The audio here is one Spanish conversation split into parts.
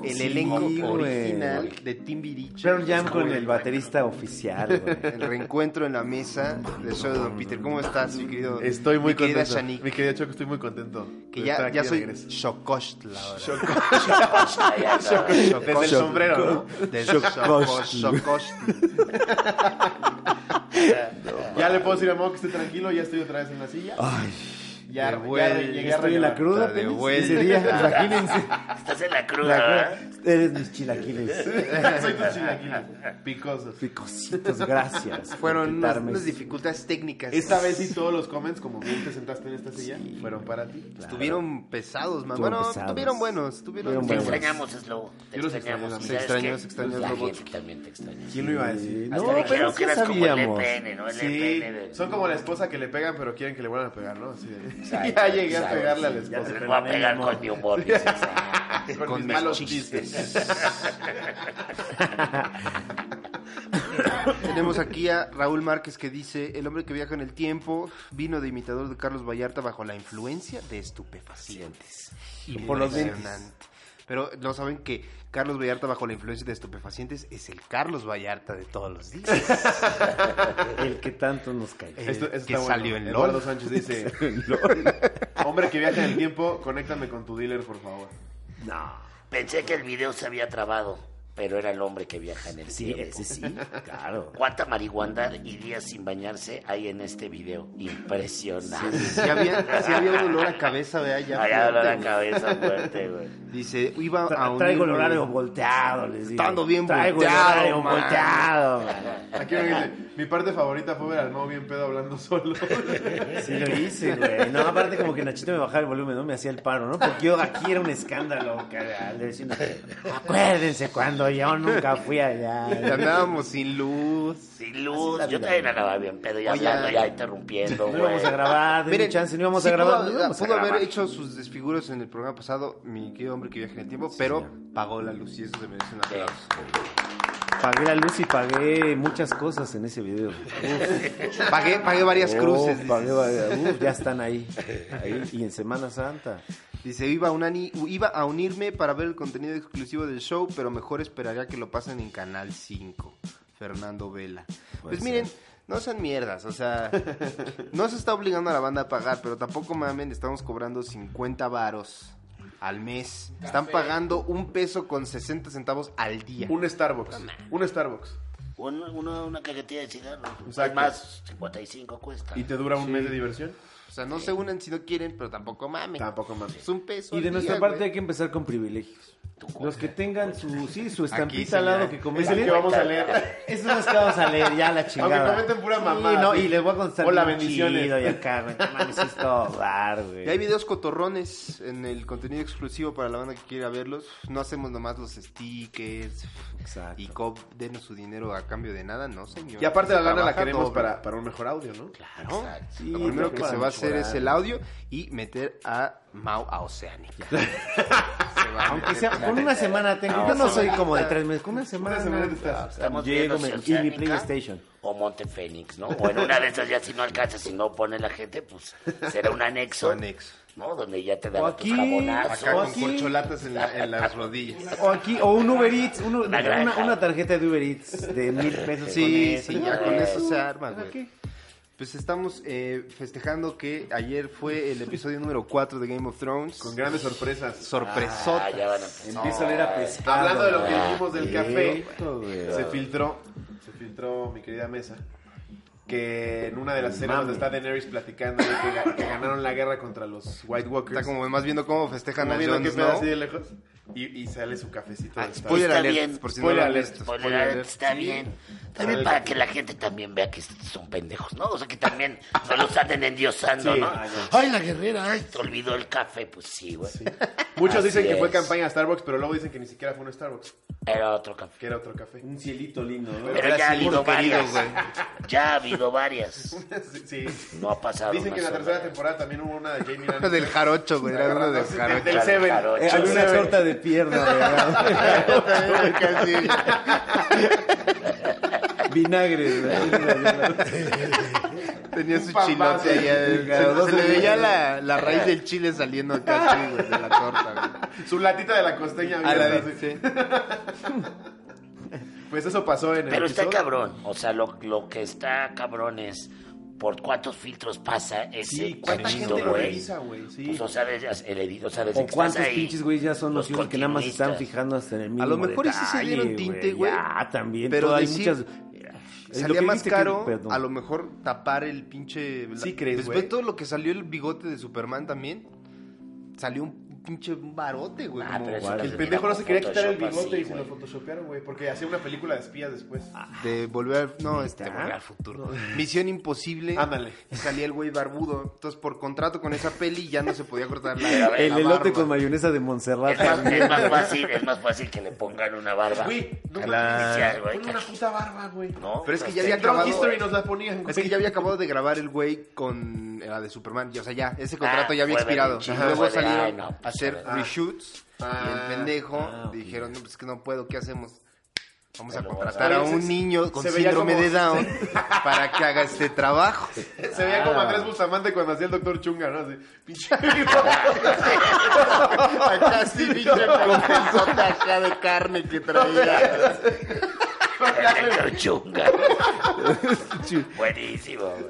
El elenco original de Timbiriche. Pearl Jam con el baterista oficial, güey. El reencuentro en la mesa del show de Don Peter. ¿Cómo estás, mi querido? Estoy muy mi querida contento. Shanique? Mi querida Choco, estoy muy contento. que de estar ya, aquí ya de soy regreso. Shocochtla ahora. Desde el sombrero, ¿no? Desde Xocochtla. Xocochtla. Ya le puedo decir a Mo que esté tranquilo, ya estoy otra vez en la silla. Ay, ya, de ya vuelta, llegué ya a estoy en la relevar. cruda de apenas vuelta. ese día, imagínense. Estás en la cruda, La ¿verdad? cruda. Eres mis chilaquiles. Soy tus chilaquiles, picosos. Picositos, gracias. por Fueron unas, quitarme unas ese- dificultades técnicas. Esta vez sí todos los comments, como bien te sentaste en esta silla, fueron para ti. Estuvieron pesados, man. Estuvieron Bueno, pesados. estuvieron buenos. Estuvieron Estuvieron Te buenos. extrañamos, Slow. Te Yo los extrañamos. extraño, ¿Y se sabes extrañó, qué? se extrañó La el robot. gente también te extraña. ¿Quién lo iba a decir? No, Hasta pero dijeron sí que eras como el sabíamos. EPN, ¿no? El Sí, EPN de- son como la esposa que le pegan, pero quieren que le vuelvan a pegar, ¿no? Así de- Exacto, ya llegué a exacto, pegarle a la pues, sí, ya esposa. te voy a pegar con mi humor. dices, ah, Con mis malos chistes. Tenemos aquí a Raúl Márquez que dice, el hombre que viaja en el tiempo vino de imitador de Carlos Vallarta bajo la influencia de estupefacientes. Por los dientes. Impresionante. Pero no saben que Carlos Vallarta bajo la influencia de estupefacientes es el Carlos Vallarta de todos los días. El que tanto nos cayó. Esto, esto que está bueno. salió en Eduardo LOL. Sánchez dice: Hombre que viaja en el tiempo, conéctame con tu dealer, por favor. No. Pensé que el video se había trabado, pero era el hombre que viaja en el Sí, tiempo. ese sí, claro. ¿Cuánta marihuana y días sin bañarse hay en este video? Impresionante. Si había, sí había un olor a cabeza, vea ya. Allá dolor fuerte, la cabeza fuerte, güey. güey. Dice, iba Tra- a un... traigo el horario volteado, les digo. Estando bien Traigo el volteado, horario man. volteado. man. Aquí me dice: Mi parte favorita fue ver al Mau bien pedo hablando solo. Sí lo hice, güey. No, aparte como que Nachito me bajaba el volumen, no me hacía el paro, ¿no? Porque yo aquí era un escándalo, cara, al decir, Acuérdense cuando yo nunca fui allá. Andábamos sin luz. Sin luz, yo también andaba bien pedo, ya Oye, hablando, ya interrumpiendo, No güey. íbamos a grabar, denme Miren, chance, no íbamos sí a grabar. Pudo, no íbamos a pudo grabar. haber hecho sus desfiguros en el programa pasado, mi querido hombre que viaja en el tiempo, pero pagó la luz y eso se merece un Sí. aplauso. Pagué la luz y pagué muchas cosas en ese video. Pagué, pagué varias Oh, cruces. dice. pagué varias- uf, ya están ahí, ahí. Y en Semana Santa. Dice, iba a, un ani- iba a unirme para ver el contenido exclusivo del show, pero mejor esperaría que lo pasen en Canal 5. Fernando Vela. Pues, Puede miren, ser. no sean mierdas, o sea, no se está obligando a la banda a pagar, pero tampoco mamen, estamos cobrando 50 varos al mes. Están pagando un peso con 60 centavos al día. Un Starbucks. Un Starbucks. Un- uno- una cajetilla de cigarros. Exacto. Más 55 cuesta. ¿Y te dura un mes de diversión? O sea, no se unen si no quieren, pero tampoco mamen. Tampoco más. Es un peso. Y de al nuestra día, parte güey. hay que empezar con privilegios. Los que tengan su, sí, su Aquí, estampita señora. al lado que Es el que comenten. vamos a leer. Esos no es que vamos a leer, ya la chingada. Aunque comenten pura mamada, Sí, no, sí. y les voy a contestar Hola, bien bendiciones. chido y acá, güey. no mames, es todo raro, güey. Y hay videos cotorrones en el contenido exclusivo para la banda que quiera verlos. No hacemos nomás los stickers Exacto. y cop, denos su dinero a cambio de nada, no señor. Y aparte la Se lana la trabaja queremos doble. para, para un mejor audio, ¿no? Claro. Sí, lo primero creo que para se va a hacer mejorar. es el audio y meter a Mau a Oceánica. Se va a Aunque meter sea, para- con una semana tengo. Yo no soy como de tres meses, con una semana. Una semana te estás. Estamos Llego, viendo si me- y mi Oceánica PlayStation. O Monte Fénix, ¿no? O en una de esas ya si no alcanza, si no pone la gente, pues será un anexo. Anexo. ¿No? Donde ya te O daban aquí, tus Acá O jabonazos. con aquí. corcholatas en, la- en las rodillas. O aquí, o un Uber Eats, uno- Una una, granja. una tarjeta de Uber Eats de mil pesos. con Sí, eso, sí, ¿no? ya con Eh, eso se arma, ¿para güey. qué? Pues estamos eh, festejando que ayer fue el episodio número 4 de Game of Thrones. Con grandes sorpresas. sorpresota. Ah, ya van a empezar. Empieza a oler a pescado. Hablando de lo que güey. dijimos del café, Cierto, güey. se filtró, se filtró mi querida mesa, que en una de las escenas donde está Daenerys platicando de que, ga- que ganaron la guerra contra los White Walkers. Está como más viendo cómo festejan Como a viendo Jon qué pedo Snow. así de lejos. Y, y sale su cafecito. Ah, de Starbucks. spoiler Está alert, bien, por si spoiler no lo han alert, visto. Spoiler spoiler alert, alert. está bien. También para que la gente también vea que son pendejos, ¿no? O sea, que también no los anden endiosando, Sí. Ah, ¿no? Ay, la guerrera, ay, te olvidó el café. Pues sí, güey. Muchos Así dicen que fue es. campaña Starbucks, pero luego dicen que ni siquiera fue un Starbucks, Era otro café. que era otro café. Un cielito lindo, ¿no? Pero ya ha habido Puro querido, varias. Ya ha habido varias. Sí. No ha pasado. Dicen una que en la sola. tercera temporada también hubo una de Jamie Lannister. Del jarocho, güey. Era uno del Sí, jarocho. del Seven. Jarocho. Eh, había una torta de pierna, ¿verdad? Casi. Vinagre, ¿verdad? Tenía su Un papazo. chilote allá. Sí, Se- claro, Se, no le sé. veía la, la raíz del chile saliendo acá, así, güey, de la torta, güey. Su latita de la costeña. A Ah, la abierta, de- sí. sí. Pues eso pasó en el Pero está episodio. cabrón. O sea, lo, lo que está cabrón es por cuántos filtros pasa ese Sí, ¿cuánta poquito, gente lo güey? revisa, güey? Sí. Pues, o sea, desde- el edito, o sea, desde O que cuántos estás ahí, pinches güeyes ya son los hijos que nada más se están continuistas. fijando hasta en el mismo lo mejor y sí se detalle, dieron tinte, güey. Ya, también. Pero Pero hay decir- eh, muchas... Es lo Salía que más dijiste que- caro perdón. a lo mejor tapar el pinche. Sí la- crees, Después güey. todo lo que salió el bigote de Superman también. Salió un pinche barote, güey. Ah, como- pero eso Guarda, que el le El pendejo no se quería quitar el Photoshop bigote así, y se lo güey. photoshopearon, güey, porque hacía una película de espías después. De volver al... No, este, ¿Neta? volver al futuro. Misión imposible. Ándale. Y salía el güey barbudo. Entonces, por contrato con esa peli, ya no se podía cortar la la El elote barba. con mayonesa de Montserrat. Es más, también. es más fácil, es más fácil que le pongan una barba. Güey, no artificial, mames. güey. Ponle una puta barba, güey. No, Pero es que ya había este, En Drunk acabado- History nos la ponían, güey. Es que ya había acabado de grabar el güey con la de Superman. Y, o sea, ya, ese contrato Ah, ya había fue de expirado. chingo, Ajá. Luego fue de, ay, salieron no, a hacer ah. reshoots. Ah, y el pendejo ah, ok. dijeron, no, pues es que no puedo, ¿qué hacemos? Vamos a Pero, contratar a oye, se- un niño con se veía síndrome como- de Down para que haga este trabajo. Se veía como Andrés Bustamante cuando hacía el Doctor Chunga, ¿no? Así, pinche bigote. Acá sí, pinche panzota acá de carne que traía. Doctor Chunga. Buenísimo, güey.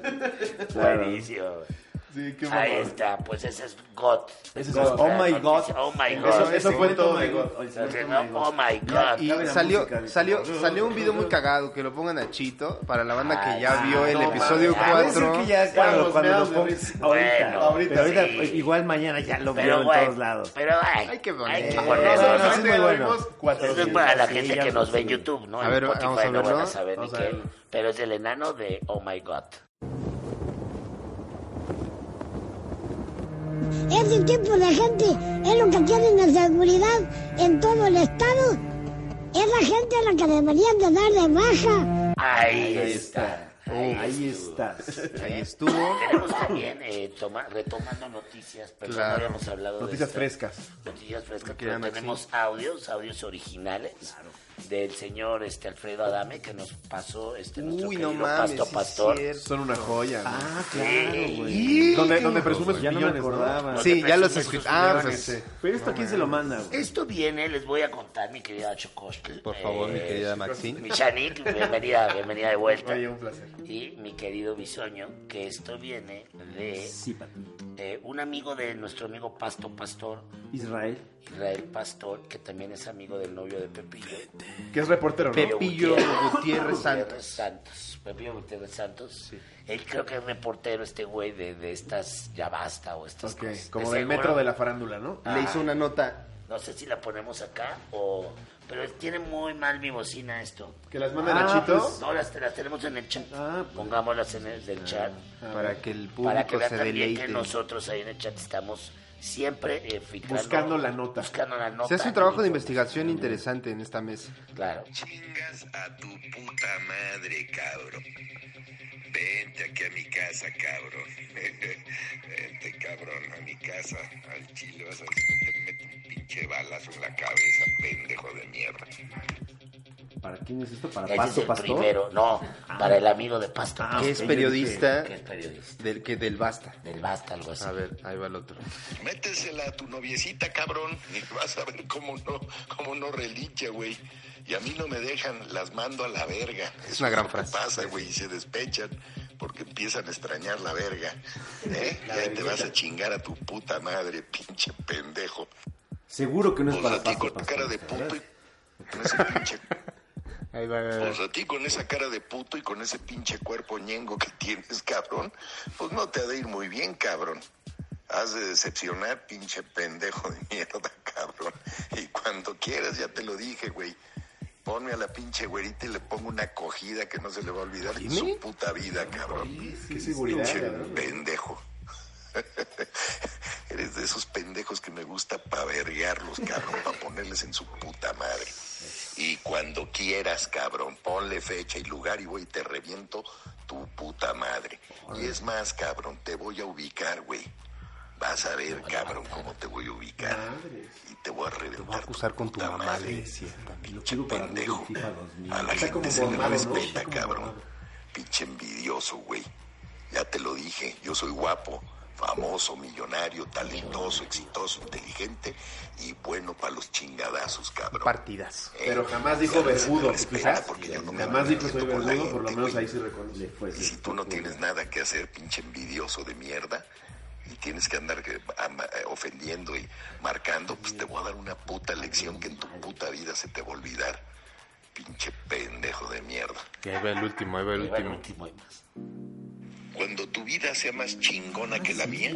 Buenísimo, güey. Sí, qué Ahí mamón. está, pues ese es God. Ese es God, God. Oh la my noticia. God. Oh my God. Eso, eso fue todo, my my God. God. O sea, no, oh my God. Y Cabe la salió, música de- salió, salió un video muy cagado, que lo pongan a Chito, para la banda que ya Ah, vio el no episodio mames. Ah, Puede ser 4. que ya cuando, Carlos, cuando me los das de pongas risa. ahorita, Bueno, ahorita, pero ahorita, sí. pues, igual mañana ya lo veo Pero, en güey, todos lados. pero ay, Ay, qué hay que bonito. No, no, ponerlo, no, ¿no? sí, Ahorita muy ya bueno. vimos Eso 400. es para la Sí, gente ya que lo nos ve en subí. YouTube, ¿no? A En ver, Spotify vamos a no van a verlo. saber ni Vamos a qué. verlo. Pero es el enano de Oh My God. Ese tipo de gente es lo que tiene la seguridad en todo el estado. Es la gente a la que deberían de dar de baja. Ahí está. Ahí estás. Ahí estuvo. Tenemos también eh, toma- retomando noticias, pero Claro. no habíamos hablado Noticias de esto. frescas. Noticias frescas, Porque pero eran así. tenemos audios, audios originales del señor este Alfredo Adame que nos pasó este nuestro Uy, no querido mames, Pasto sí es Pastor. cierto. Son una joya. ¿no? Ah, claro, güey. Y- donde donde presume sus Pues, Ya no me millones, acordaba. No Sí, te ya los presumes sus escritos. Ah, millones. pues, Pero esto, ¿a quién se lo manda, güey? Esto viene, les voy a contar, mi querida Chocostel. por favor, Eh, mi querida Maxine. Mi Chanik, bienvenida, bienvenida de vuelta. Oye, un placer. Y mi querido Bisoño, que esto viene de Sí, papi. eh, un amigo de nuestro amigo Pasto Pastor, Israel. Israel Pastor, que también es amigo del novio de Pepillo. Que es reportero, ¿no? Pepillo Gutiérrez Santos. Santos. Santos. Pepillo Gutiérrez Santos. Él creo que es reportero este güey de, de estas ya basta o estas Ok, cosas. como De del seguro- metro de la farándula, ¿no? Le hizo una nota. No sé si la ponemos acá o... Pero tiene muy mal mi bocina esto. Que las manda Ah, Nachito. pues, No, las, las tenemos en el chat. Ah, pues. Pongámoslas en el del chat. Para que el para que Ah, público vean se también deleite. que nosotros ahí en el chat estamos siempre eh, filtrando- Buscando la nota. Buscando la nota. Se hace un trabajo de investigación interesante en esta mesa. Claro. Chingas a tu puta madre, cabrón. Vente aquí a mi casa, cabrón. Vente, cabrón, a mi casa. Al chile vas a te meto un pinche balazo en la cabeza, pendejo de mierda. ¿Para quién es esto? ¿Para Ese es Pasto el Pastor? primero. No, para el amigo de Pasto. Ah, Que es ok, periodista Que es periodista. del que del basta. Del Basta, algo así. A ver, ahí va el otro. Métesela a tu noviecita, cabrón, y vas a ver cómo no, cómo no relincha, güey. Y a mí no me dejan, las mando a la verga. Es una gran ¿Qué frase. pasa, güey? Y se despechan porque empiezan a extrañar la verga. ¿eh? Y ahí te vas a chingar a tu puta madre, pinche pendejo. Seguro que no es Pues para a ti Pasto con cara Pastor. de puto y con ese pinche... Ahí va. Pues a ti con esa cara de puto y con ese pinche cuerpo ñengo que tienes, cabrón, pues no te ha de ir muy bien, cabrón. Has de decepcionar, pinche pendejo de mierda, cabrón. Y cuando quieras, ya te lo dije, güey. Ponme a la pinche güerita y le pongo una acogida que no se le va a olvidar en su puta vida, cabrón. Qué seguridad, Pinche cabrón. pendejo. Eres de esos pendejos que me gusta para verguearlos, cabrón, para ponerles en su puta madre. Y cuando quieras, cabrón, ponle fecha y lugar y voy y te reviento tu puta madre. Y es más, cabrón, te voy a ubicar, güey. Vas a ver, cabrón, cómo te voy a ubicar. Y te voy a reventar. voy a acusar con tu puta mamá, madre. sí, Pinche pendejo. A la gente se le respeta, cabrón. Pinche envidioso, güey. Ya te lo dije, yo soy guapo, famoso, millonario, talentoso, exitoso, inteligente y bueno para los chingadazos, cabrón. Partidas. ¿Eh? Pero jamás dijo Ya no se me besudo, respeta quizás. porque yo no me Jamás dijo soy entiendo con la besudo, por lo gente, menos güey. ahí sí reconoce. Y si tú no tienes nada que hacer, pinche envidioso de mierda, y tienes que andar eh, ama- eh, ofendiendo y marcando, pues te voy a dar una puta lección que en tu puta vida se te va a olvidar. Pinche pendejo de mierda. Y ahí va el último, ahí va el Ahí va el último. último y más. Cuando tu vida sea más chingona que la mía,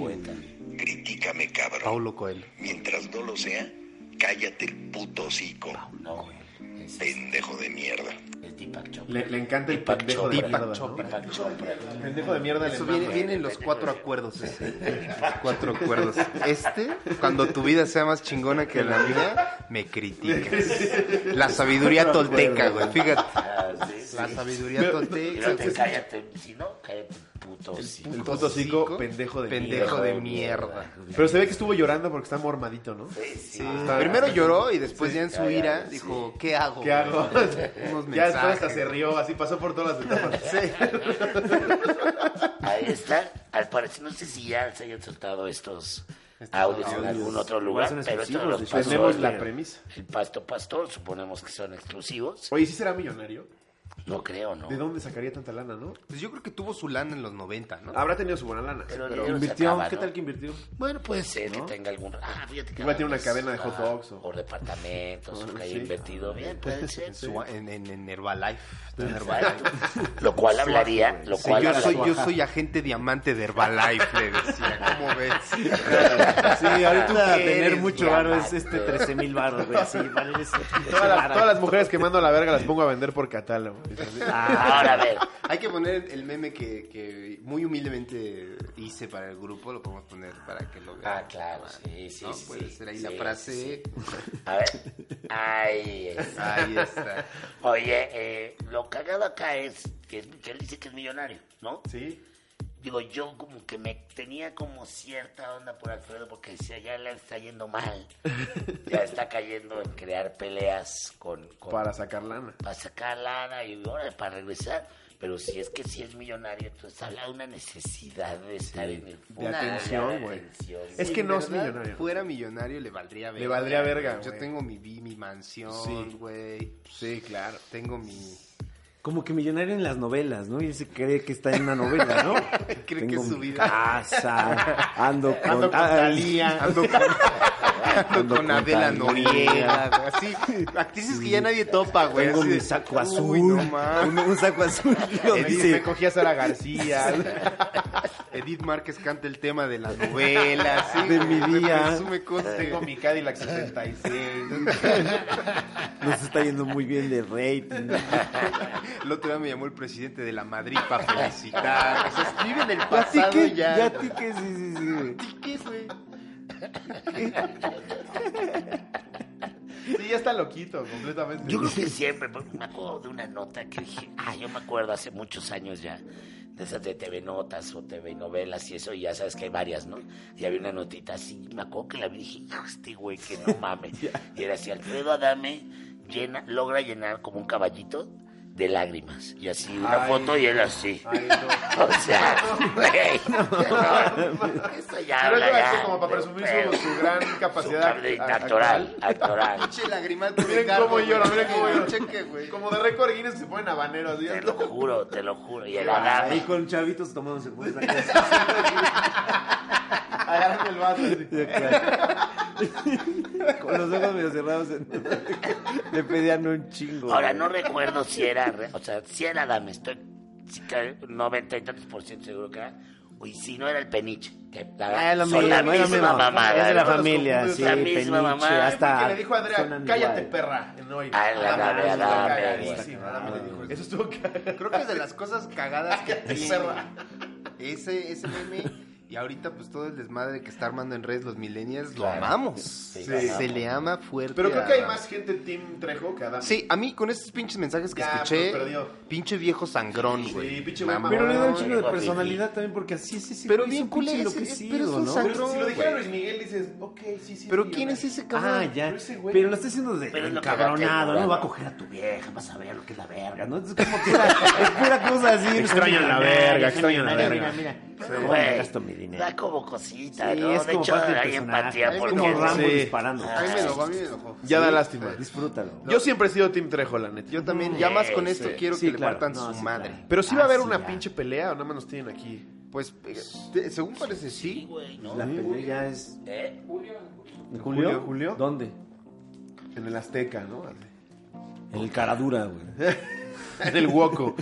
critícame, cabrón. Paulo Coelho. Mientras no lo sea, cállate el puto hocico, Ah, No, güey. Es, es, pendejo de mierda. es Deepak Chopra. Le, le encanta el Deepak pendejo de Chopra. mierda. Deepak ¿no? Chopra. Deepak Chopra. El pendejo de mierda le Eso viene, vienen los cuatro acuerdos. ese. Los cuatro acuerdos. Este, cuando tu vida sea más chingona que la mía, me criticas. La sabiduría tolteca, güey. Fíjate. Ah, sí, sí. La sabiduría Y no te tolteca. cállate, si no, cállate, puto. sí. El puto hocico, pendejo de pendejo mierda. de mierda. Pero se ve que estuvo llorando porque está mormadito, ¿no? Sí, sí. Está- Primero lloró y después ya en su ya, ira sí. dijo, ¿qué hago? ¿Qué hago? Unos ya después hasta mensajes. se rió, así pasó por todas las etapas. Ahí está. Al parecer, no sé si ya se hayan soltado estos audios en algún otro lugar, Igual son pero esto exclusivos, los de hecho. pasó Tenemos el- la premisa. El pasto pastor, suponemos que son exclusivos. Oye, ¿sí será millonario? No creo, ¿no? ¿De dónde sacaría tanta lana, no? Pues yo creo que tuvo su lana en los 90, ¿no? Habrá tenido su buena lana. Pero, el pero dinero se Invirtió, acaba, ¿qué ¿no? tal que invirtió? Bueno, puede ser que tenga algún... Ah, fíjate que... Igual tiene una pues, cadena de hot ah, dogs o- Ah, departamentos, o que haya sí. invertido bien, puede ser. En, su- en, en- en Herbalife. Está en Exacto. Herbalife. Lo cual hablaría... Lo Sí, cual yo, hablaría- soy, yo soy agente diamante de Herbalife, le decía. ¿Cómo ves? Sí, ahorita ¿Qué tener eres, mucho varo es este 13 mil baros, güey. Así, vale, ese pinche todas, las, varo. todas las mujeres que mando a la verga las pongo a vender por catálogo. Ahora, a ver. Hay que poner el meme que, que muy humildemente hice para el grupo, lo podemos poner para que lo vean. Ah, claro, sí, sí, No, sí. puede sí, ser ahí sí, la frase. sí. A ver. Ahí está. Ahí está. Oye, eh, lo cagado acá es que, es que él dice que es millonario, ¿no? Sí. Digo, yo como que me tenía como cierta onda por Alfredo porque decía, ya le está yendo mal. ya está cayendo en crear peleas con... con- Para sacar lana. para sacar lana y ahora para regresar. Pero si es que si es millonario, entonces habla de una necesidad de estar en el fondo. De atención, de güey. atención, Es güey. que En no es verdad, millonario. Fuera millonario le valdría verga. valdría verga, Yo güey. tengo mi vi- mi Sí. mansión, güey. Sí. claro. Tengo mi. Como que millonario en las novelas, ¿no? Y él se cree que está en una novela, ¿no? Cree Tengo que es su mi vida. Casa, ando con, Ando con ah, Talía. Ando con, ando Ando con con Adela Talía. Noriega, güey. Así, actrices que ya nadie topa, güey. Tengo así mi de, saco "Uy, azul. no mames". Eh, un, un saco azul. Lo Me, dice. me cogí a Sara García. Edith Márquez canta el tema de la novela, sí, De mi güey, día. presume cosas. Tengo mi Cadillac 66. Nos está yendo muy bien de rating. El otro día me llamó el presidente de la Madrid para felicitar. O sea, escriben el Ya ti pasado que, ya. ya ti que, sí, sí, sí. güey. ¿Qué, güey? Sí, ya está loquito completamente. Yo creo que siempre, porque me acuerdo de una nota que dije, ah, yo me acuerdo hace muchos años ya, de esas de TV Notas o TV Novelas y eso, y ya sabes que hay varias, ¿no? Y había una notita así, me acuerdo que la vi y dije, hijo, este güey, que no mames. Y era así, Alfredo Adame llena, logra llenar como un caballito de lágrimas. Y así, una Ay. foto y él así. Ay, no. O sea, güey. no, eso ya Pero habla es ya como para de presumir pedo. su, su gran capacidad Su- a- actoral, actoral. Pinche lagrimal de Miren Ricardo, cómo llora, güey. miren cómo llora. Cheque, güey. Como de récord Guinness se ponen habaneros. ¿sí? Te lo juro, te lo juro. Y el Ahí Adame. con chavitos tomándose pues, Agarran el vaso. así. Con los ojos medio cerrados. Le pedían un chingo. Ahora güey. no recuerdo si era, re- o sea, si era Adame, estoy sí que 90 y tantos por ciento seguro que era. O y si no era el peniche. Que la, Ah, es lo son mismo, la es lo misma mismo. mamada. Es de la ¿no? familia, Los sí, la peniche, misma mamada. hasta- Porque le dijo a Adrián, Suenan cállate igual". perra. Ah, No, y- Ay, la Adame, Adame, eso está Adame, cagadísimo, güey. Adame le dijo eso. Eso estuvo cagado. Creo que es de las cosas cagadas que Es tiene. verdad. Ese, ese meme Y ahorita, pues todo el desmadre que está armando en redes los millennials, lo Claro. amamos. Sí, Se- claro. Se le ama fuerte. Pero creo a- que hay más gente Team Trejo que Adán. Sí, a mí con estos pinches mensajes que Ya, escuché, pero perdió. pinche viejo sangrón, Sí, güey. pinche güey Mamón. Pero mamón. le da un no, chingo de no, personalidad también porque así es ese Pero güey, bien es un pinche culero, ese- enloquecido, pero es un ¿no? sangrón. Pero si lo dijera Luis Miguel, dices, ok, sí, sí. Pero sí, ¿quién ok. es ese Ah, cabrón? ya. Pero Pero, ese güey- lo está haciendo de Pero es lo que encabronado, da que- ¿no? Va a coger a tu vieja, vas a ver lo que es la verga, ¿no? Es como pura, es pura cosa así. Extrañan la verga, extrañan la verga. Mira, mira. Pero, No, güey, gasto mi dinero. Da como cosita, Sí, ¿no? es de como hecho, parte del hay personaje. empatía Es por como todos. Rambo Sí. disparando. A mí me enojó, a mí me enojó. Ya da lástima. pues, Disfrútalo. Yo siempre he sido Team Trejo, la neta. Yo también, ya más con Sí, esto sí. quiero Sí, que claro, le partan no, su sí, madre. claro. Pero sí va a Ah, haber sí, una ya. pinche pelea, o nada más nos tienen aquí. Pues, eh, te- según parece sí. güey, ¿no? La pelea ya es... ¿Eh? ¿De julio? ¿Julio? ¿Julio? ¿Dónde? En el Azteca, ¿no? Así. En el Caradura, güey. En el Huoco.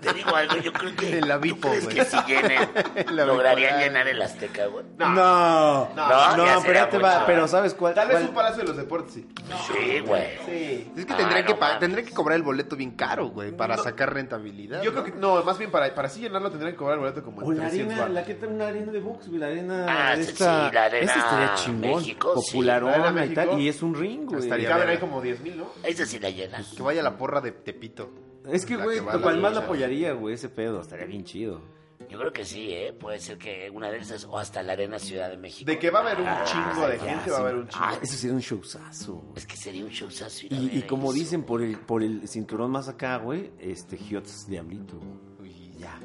Te digo algo, yo creo que. En la ¿tú Bipo, crees güey. que si llenen, La lograrían bipolar. llenar el Azteca, güey. No, no, no, ya pero será ya te va, mucho. pero ¿sabes cuál? Tal vez cuál? un Palacio de los Deportes, sí. Sí, güey. Sí. Es que Ah, tendré, no que pa- mames. tendré que cobrar el boleto bien caro, güey, para sacar rentabilidad. Yo creo que, no, más bien para, para sí llenarlo tendrían que cobrar el boleto como O en la 300 arena, baros. la que trae una arena de box, güey, la arena Ah, sí, esta, sí, la arena esa estaría chingón, México, sí. popularona La arena y tal, México. y es un ring, güey. Y Estaría caben ahí verga. como 10 mil, ¿no? Esa sí la llenas. Que vaya la porra de Tepito. Es que, La güey, que va a la cual más la lucha. apoyaría, güey, ese pedo, estaría bien chido. Yo creo que sí, ¿eh? Puede ser que una de esas, o hasta la Arena Ciudad de México. De que va a haber un Ah, chingo de ya, gente, sí. va a haber un chingo. Ah, eso sería un showzazo. güey. Es que sería un showzazo. ir a Y, y ver como eso. dicen por el, por el cinturón más acá, güey, este Giots Diablito. Ya.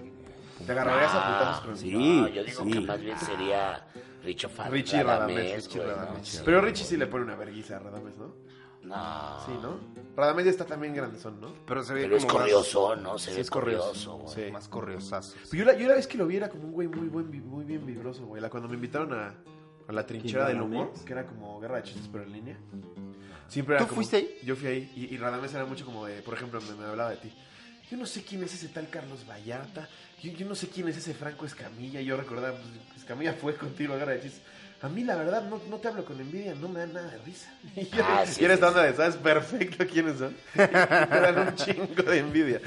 Te agarrarías a ah, putazos con Sí, No, yo digo sí. que más bien sería Richo Fan. Richie Radames, Richie güey, ¿no? Radames. Sí. Pero Richie sí le pone una vergüenza a Radames, ¿no? No. Sí, ¿no? Radames ya está también grandezón, ¿no? Pero se ve Pero es como más- corrioso, ¿no? Se Sí, ve es corrioso, corrioso, güey. sí. más corriosazo. Pero Pues yo, la, yo la vez que lo vi era como un güey muy, buen, vi- muy bien vibroso, güey. La, cuando me invitaron a, a la trinchera del humor, Radames? que era como guerra de chistes, pero en línea. Siempre era ¿Tú como- fuiste ahí? Yo fui ahí. Y, y Radames era mucho como de, por ejemplo, me, me hablaba de ti. Yo no sé quién es ese tal Carlos Vallarta. Yo, yo no sé quién es ese Franco Escamilla. Yo recordaba, pues, Escamilla fue contigo a guerra de chistes. A mí, la verdad, no, no te hablo con envidia, no me da nada de risa. Y yo, Ah, sí, y era esta sí, onda de, sabes perfecto quiénes son. Me dan un chingo de envidia.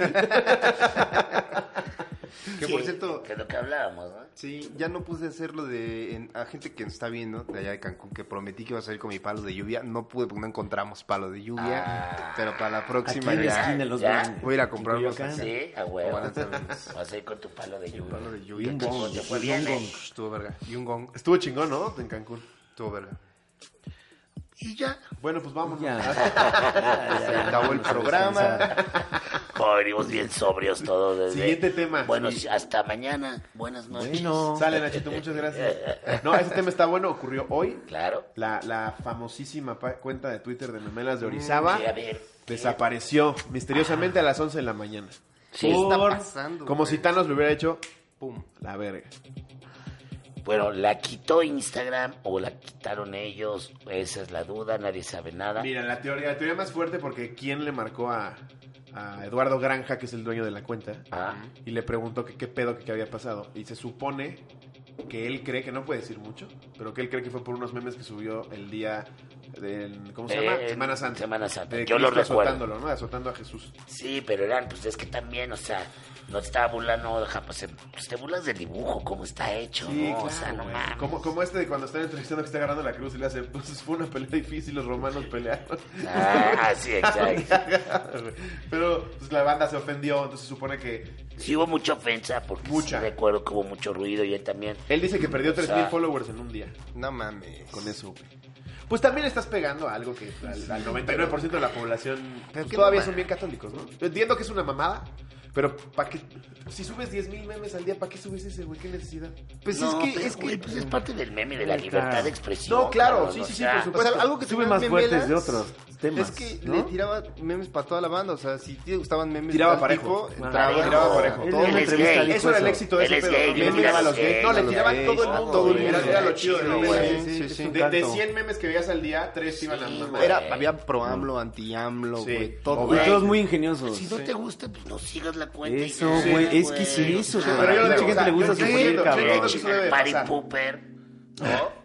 Que por cierto, Que es lo que hablábamos, ¿no? sí, ya no pude hacerlo de en- a gente que nos está viendo de allá de Cancún, que prometí que iba a salir con mi palo de lluvia. No pude porque no encontramos palo de lluvia. Ah. pero para la Aquí próxima en la ya. esquina los ya. venden. Voy a ir a comprar En unos Coyoacán. Sí, a huevo. Buenas tardes. Vas a ir con tu palo de lluvia. Palo de lluvia. Un que gong, se fue un bien, gong. eh. Estuvo verga. Y un gong. Estuvo chingón, ¿no? En Cancún. Estuvo verga. Y ya. Bueno, pues vámonos. Ya. Se acabó el programa. Oh, venimos bien sobrios todos. Desde... Siguiente tema. Bueno, Sí. hasta mañana. Buenas noches. Bueno. Sale, Nachito, muchas gracias. No, ese tema está bueno, ocurrió hoy. Claro. La, la famosísima pa- cuenta de Twitter de Memelas de Sí, a Orizaba ver. desapareció misteriosamente a las 11 de la mañana. Sí. ¿Qué está pasando? Como güey? si Thanos lo hubiera hecho Pum. la verga. Bueno, la quitó Instagram o la quitaron ellos. Esa es la duda. Nadie sabe nada. Mira, la teoría, la teoría más fuerte porque ¿quién le marcó a, a Eduardo Granja, que es el dueño de la cuenta? Ah, Y le preguntó que qué pedo que qué había pasado. Y se supone que él cree, que no puede decir mucho, pero que él cree que fue por unos memes que subió el día del... ¿Cómo se Eh, llama? en Semana Santa. Semana Santa. De Yo lo Cristo recuerdo. Azotándolo, ¿no? Azotando a Jesús. sí, pero eran, pues es que también, o sea, no te estaba burlando, deja, pues, eh, pues, te burlas del dibujo, cómo está hecho, ¿no? o sea, no güey. mames. como, como este de cuando están entrevistando que está agarrando la cruz y le hace, pues fue una pelea difícil, los romanos pelearon. Ah, sí, exacto. pero pues la banda se ofendió, entonces se supone que... Sí hubo mucha ofensa porque Mucha. sí recuerdo que hubo mucho ruido y él también. Él dice que perdió O sea, 3.000 followers en un día. No mames. con eso, güey. Pues también estás pegando a algo que al, al 99% de la población Pero pues, qué todavía mamada. son bien católicos, ¿no? Yo entiendo que es una mamada, pero ¿para qué? Si subes 10.000 memes al día, ¿para qué subes ese, güey? ¿Qué necesidad? Pues No, es que, pero, es que. güey, pues es parte del meme de la libertad de expresión. No, claro, cabrón, sí, o sí, sí, sea, pues por O supuesto. sea, algo que Sube tenía más fuertes Memelas de otros Es temas, que ¿no? le tiraba memes para toda la banda. O sea, si te gustaban memes, de Tiraba tal parejo. tipo, Tiraba entraba, parejo. Él todo. en una Él es entrevista gay. dijo Eso era el eso. éxito de Él ese es pedo. gay, ¿no? le Le tiraba a los gays. No, le los tiraba a todo el gays, mundo. todo el güey. Era mundo. era lo chido del Chido, meme. güey. Sí, sí, De- De sí. 100 memes que veías al día, 3 iban al Sí, mamá. güey. Era- Era, había pro-AMLO, anti-AMLO, Sí. güey. Todo. Y Güey. todos muy ingeniosos. Si no te gusta, pues no sigas la cuenta. y Eso, ya, güey, es que sí, eso, Claro. güey. Pero yo lo Mucha digo, gente o sea, le gusta yo sufrir, entiendo, yo cabrón. entiendo que eso debe de Party pasar. Pooper, ¿no?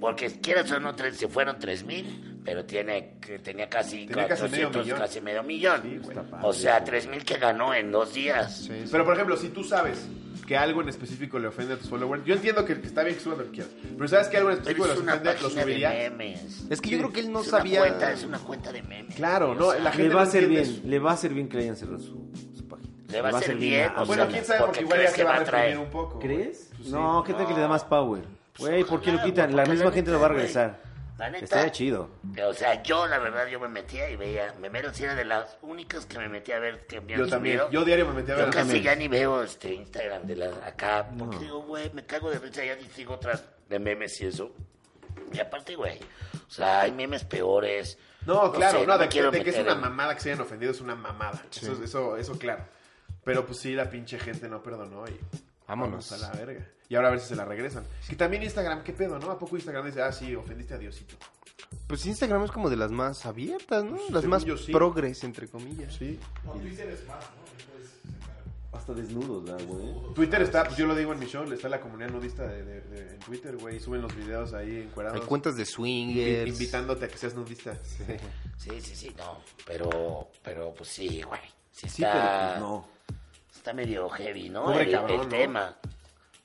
Porque quieras o no, tres, se fueron tres mil, pero tiene, que tenía casi Tenía casi medio 400, millón. casi medio millón. Sí, güey. o sea, tres mil que ganó en dos días. Pero por ejemplo, si tú sabes que algo en específico le ofende a tus followers. Yo entiendo que, que está bien que subas lo que quieras, pero ¿sabes que algo en Pero específico es les una ofende? Lo página de subiría. memes. Es que yo creo que él no es sabía. Una cuenta, es una cuenta de memes. Claro, no, la gente Le va no a ser entiende bien, eso. le va a ser bien que le hayan cerrado su, su página. Le va a hacer bien. a- o Bueno, sea, quién sabe, porque porque igual ya crees se que va a va a traer. reprimir un poco. güey. ¿Crees? Pues sí. no, ¿qué tal que le da más power? Güey, ¿por qué lo Claro, quitan? La porque misma gente lo va a neta, regresar. güey, La neta. Estaría chido. O sea, yo la verdad yo me metía y veía, me mero si era de las únicas que me metía a ver que habían Yo también, subido. yo diario me metí a Yo ver. casi ya ni veo este Instagram de las acá, porque digo, güey, me cago de risa, ya ni sigo otras de memes y eso. Y aparte, güey, o sea, hay memes peores. No, claro, sé, no, me de, que- quiero de que es meter una en- mamada que se hayan ofendido es una mamada. Eso, eso, eso, claro. Pero pues sí, la pinche gente no perdonó y. Vámonos. vamos a la verga. Y ahora a ver si se la regresan. Que también Instagram, ¿qué pedo, no? ¿A poco Instagram dice, ah, sí, ofendiste a Diosito? Pues Instagram es como de las más abiertas, ¿no? Las Pues según más yo sí. progres, entre comillas. Sí. Hasta desnudos, ¿verdad, güey? Twitter está, pues yo lo digo en mi show, está la comunidad nudista de, de- de- en Twitter, güey. y Suben los videos ahí Hay encuerados. cuentas de invi- swingers. Invitándote a que seas nudista. Sí, sí, sí, no, pero, pero pues sí, güey. Sí, Sí, pero está, pues no. está medio heavy, ¿no? Pobre el, cabrón, el ¿no? tema.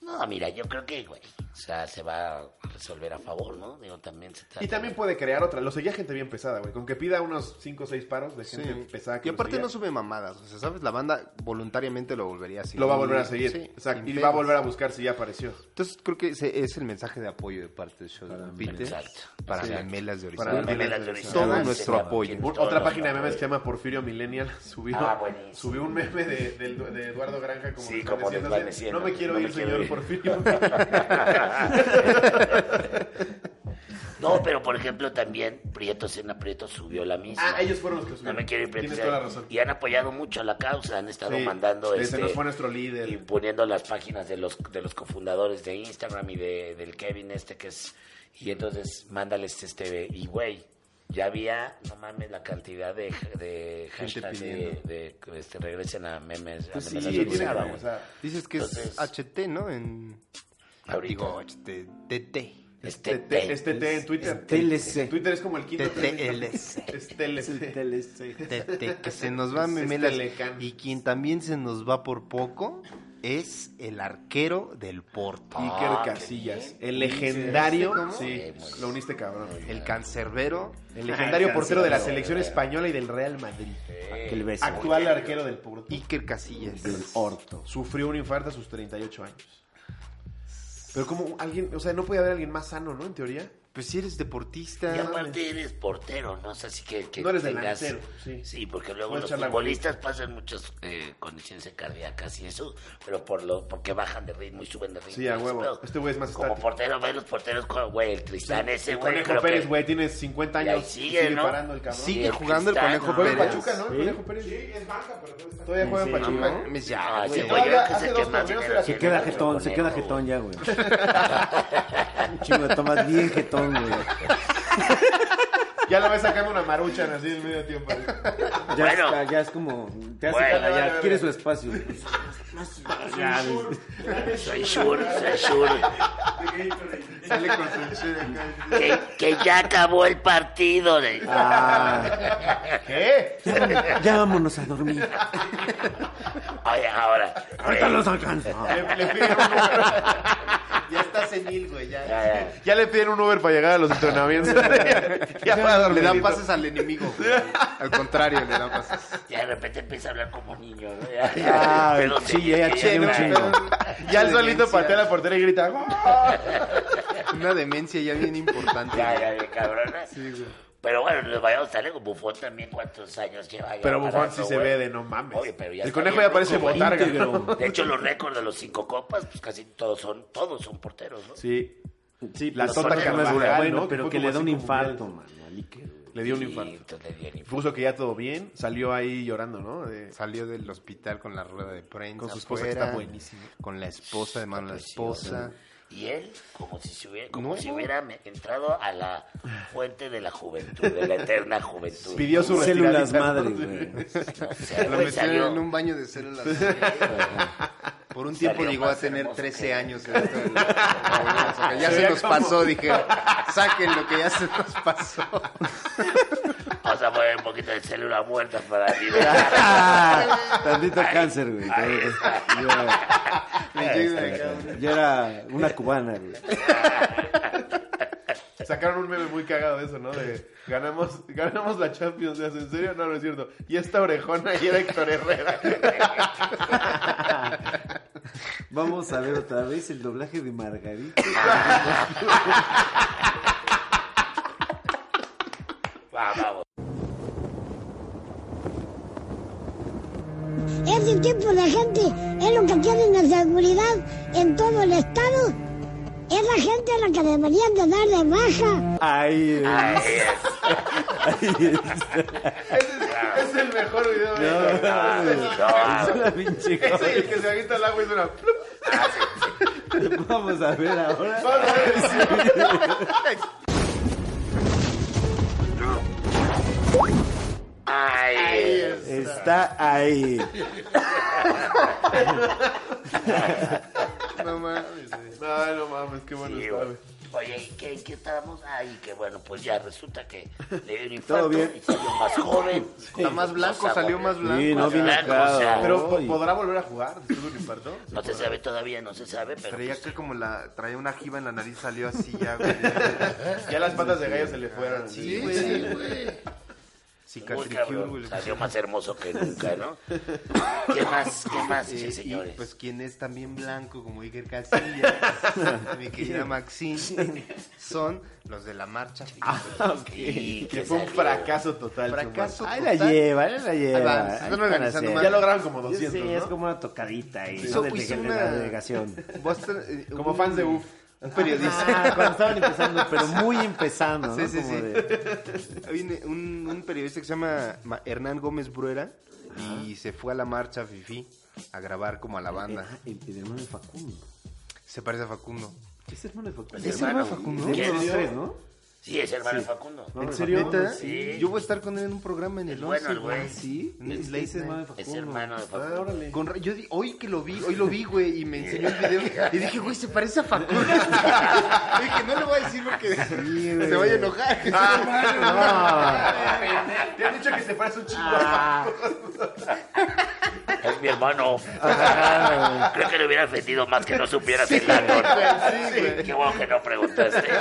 No, mira, yo creo que, güey, o sea, se va a resolver a favor, ¿no? Digo, también se trata Y también de- puede crear otra. Lo seguía gente bien pesada, güey. Con que pida unos 5 o 6 paros de Sí. gente pesada que Y lo aparte seguía. no sube mamadas. O sea, ¿sabes? La banda voluntariamente lo volvería a seguir. Lo va a volver a seguir. Sí, Exacto. sin Y va a pedos. volver a buscar si ya apareció. Entonces creo que ese es el mensaje de apoyo de parte del show de Lupite. Exacto. Para Exacto. gemelas de Para Orizaba. gemelas. Todo nuestro apoyo. Un- otra página de memes que se llama Porfirio Millennial subió, Ah, buenísimo. subió un meme de, del- de Eduardo Granja como, Sí, como desvaneciéndose. desvaneciendo. No me quiero No me ir, quiero señor ir. Porfirio. No, pero por ejemplo también Prieto Cena Prieto subió la misma. ah, ellos fueron los que No subieron. me quiero ir Tienes Prieto toda la Senna. razón. Y han apoyado mucho a la causa, han estado Sí, mandando se- este, Se nos fue nuestro líder. y poniendo las páginas de los de los cofundadores de Instagram y de, del Kevin este que es y entonces mándales este y güey ya había no mames la cantidad de de hashtags de, pidiendo. de, este regresen a memes a Pues sí, memes tiene que organizadas, haber, o güey. sea, Dices que es Entonces- HT, ¿no? En... ahorita Digo, HT, TT. este, Este T, este T en Twitter. Es TLC. Twitter es como el quinto. TTLC. Es Es el TLC. TLC. Tete, que se nos va Es Memelas. Telecán. Y quien también se nos va por poco es el arquero del Porto. Iker Ah, Casillas. El legendario. ¿Este ¿Cómo? Sí, lo uniste cabrón. El cancerbero. El legendario portero de la Casillas. selección española y del Real Madrid. Aquel beso. Actual arquero del Porto. Iker Casillas. Del orto. Sufrió un infarto a sus 38 años. Pero como alguien, o sea, no puede haber alguien más sano, ¿no? En teoría. Pues si eres deportista. Y aparte eres portero, ¿no? O sea, así que, que No eres delantero, sí. porque luego Puedes los echar la futbolistas pasan muchas eh, condiciones cardíacas y eso, pero por lo porque bajan de ritmo y suben de ritmo. Sí, a Pero huevo. Este güey es más Como estático. portero, ve los porteros, como, güey, el Tristán ese, El güey, Conejo creo Pérez, que- güey, tiene 50 Y ahí años. y sigue, ¿no? parando el cabrón. Sigue jugando el Cristiano. Conejo Juega en Pérez. Pachuca, ¿no? El Conejo Ah, Pérez. Sí, es banca, pero todavía juega en ¿En serio? Pachuca. No Ah, mames, ya, Ah, ese güey. güey, yo creo Hace que es el dos que más torneos dinero era- tiene Se Se queda con el jetón, se queda Conejo, jetón güey. ya, güey. Un chingo de tomas bien jetón, güey. Ya la ves sacando una marucha así en el medio tiempo. Ya, Bueno. está, ya es como. Te hace Bueno. cara, ya adquiere su espacio. Ya, güey. Soy sure, soy sure. Sale con su che acá. que, que ya acabó el partido. De... Ah, ¿Qué? ya vámonos a dormir. Oye, ahora. Eh, Ahorita los alcanza. Le, le piden un Uber. Ya está senil, güey. Ya, Ya, ya. Ya le piden un Uber para llegar a los entrenamientos. ya para le dormir. dan pases al enemigo. güey. Al contrario, le dan pases. Ya de repente empieza a hablar como niño, ¿no? Ya, Ah, Pero sí, sí, ya, ya sí, chillé un ya, chingo. Ya el solito patea la portera y grita. "¡Gol!". Una demencia ya bien importante. Ya, ya, bien cabrona. güey. Pero bueno, los vayados salen con Bufón también, ¿cuántos años lleva? ya Pero Bufón sí parando, se güey? ve de no mames. Oye, pero ya el está conejo bien ya parece ruco, güey. botarga. Íntegro. De hecho, los récords de los cinco copas, pues casi todos son, todos son porteros, ¿no? Sí. Sí, La pero Tota Tota Carvajal, Carvajal, ¿no? bueno, Que pero fue que le como da un así como infarto, mano. al Iker, güey. Le dio un Sí, infarto. entonces le dio un infarto. Puso que ya todo bien. Salió ahí llorando, ¿no? De- Salió del hospital con la rueda de prensa. Con su esposa, que afuera, está buenísima. Con la esposa, de mano la Precioso. esposa. Y él, como si, se hubiera, como Nuevo. si hubiera me- entrado a la fuente de la juventud, de la eterna juventud. Pidió su Células retiradita, madre, ¿no? güey. No sé, Lo güey, metieron salió- en un baño de células. Por un Salió tiempo llegó a más tener hermoso 13 que- años. el resto del- Ya Se se veía nos como- pasó, dije. Saquen lo que ya se nos pasó. O sea, fue comer un poquito de célula muerta para liberar. Tantito cáncer, güey. Yo era- Ah, Yo era una cubana, güey. Sacaron un meme muy cagado de eso, ¿no? De ganamos, ganamos la Champions. ¿es ¿En serio? No, no es cierto. Y esta orejona y era Héctor Herrera. Vamos a ver otra vez el doblaje de Margarita. Va, vamos. Ese tipo de gente es lo que tienen la seguridad en todo el estado. Es la gente a la que deberían de dar de baja. Ahí es. Ahí es. Ahí es. Ese es, es el mejor video de No, Héctor. Ah, no, la pinche Ese y el que se agita el agua y suena. plup. cosa. Vamos a ver ahora. Vamos a ver. Ahí es. Está ahí. No mames. güey. No, no mames. Qué bueno Sí, está, güey. güey. Oye, ¿y qué, en qué estábamos? Ay, que bueno, pues ya resulta que le dio un Todo infarto bien. y salió más joven. Está más blanco, salió más blanco. Sí, no viene Blanco, acá. o sea, Pero ¿po- Ay. ¿podrá volver a jugar después de un infarto? No se sabe todavía, no se sabe, pero Traía pues, que como la... Traía una jiba en la nariz, salió así ya, güey. Ya las patas de gallo se le fueron. Sí, güey. muy Cicatricure, cabrón, güey. salió más hermoso que nunca, ¿no? ¿Qué más? ¿Qué más, Eh, sí, y, señores? pues quien es también blanco como Iker Casillas, mi querida Maxine, son los de la marcha. Y Que que fue un salió- fracaso total. Fracaso Ahí la total. lleva, ahí la lleva. Ahí va, se están Ahí van a organizando hacer. su madre. más. Ya lograron como Sí, 200, es ¿no? como una tocadita ahí, Hizo- ¿no? Desde hizo que una- de la delegación. Boston, eh, Como un- fans de UF. Un periodista. Ah, cuando estaban empezando, pero muy empezando, Ah, Sí, ¿no? sí, Como sí. de- Hay un, un- un periodista que se llama Ma- Hernán Gómez Bruera y se fue a la marcha Fifi a grabar como a la banda. Ah, el, el hermano de Facundo. Se parece a Facundo. Es hermano de Facundo. Es hermano de Facundo. De uno, ¿En dos, serio? tres, ¿no? Sí, es hermano de Facundo. No, de Facundo, ¿Neta? sí. sí. Yo voy a estar con él en un programa en el bueno, 11, el güey. Sí, En el es, late es hermano de night. Facundo. Es hermano de Ah, Facundo. órale. Este, Con ra- yo di- hoy que lo vi, hoy lo vi, güey, y me enseñó el video y dije, güey, se parece a Facundo. dije, no le voy a decir porque se vaya a enojar. Ah, Te han dicho que te parece un chingo. Es mi hermano. Creo que le hubiera ofendido más que no supieras el dato. ¿no? güey, sí, güey. Qué bueno que no preguntaste.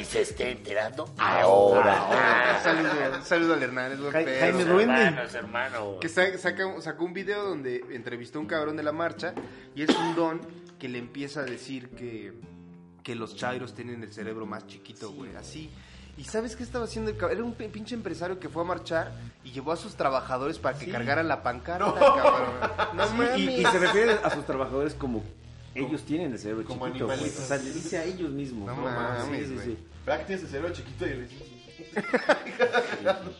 Y se esté enterando ahora. Ah, saludo, saludo al Hernán, es buen Ja- pedo. Jaime Duende. Hermanos, hermano. Que sa- saca- sacó un video donde entrevistó a un cabrón de la marcha y es un don que le empieza a decir que, que los chairos tienen el cerebro más chiquito, güey, así. ¿Y sabes qué estaba haciendo el cabrón? Era un pi- pinche empresario que fue a marchar y llevó a sus trabajadores para que cargaran la pancarta, cabrón. No mames. Y, y se refiere a sus trabajadores como ellos tienen el cerebro Como chiquito, güey. animalitos. O sea, le dice a ellos mismos. No ¿no? mames, Sí, sí, güey. sí. Practice el cerebro chiquito y le dices.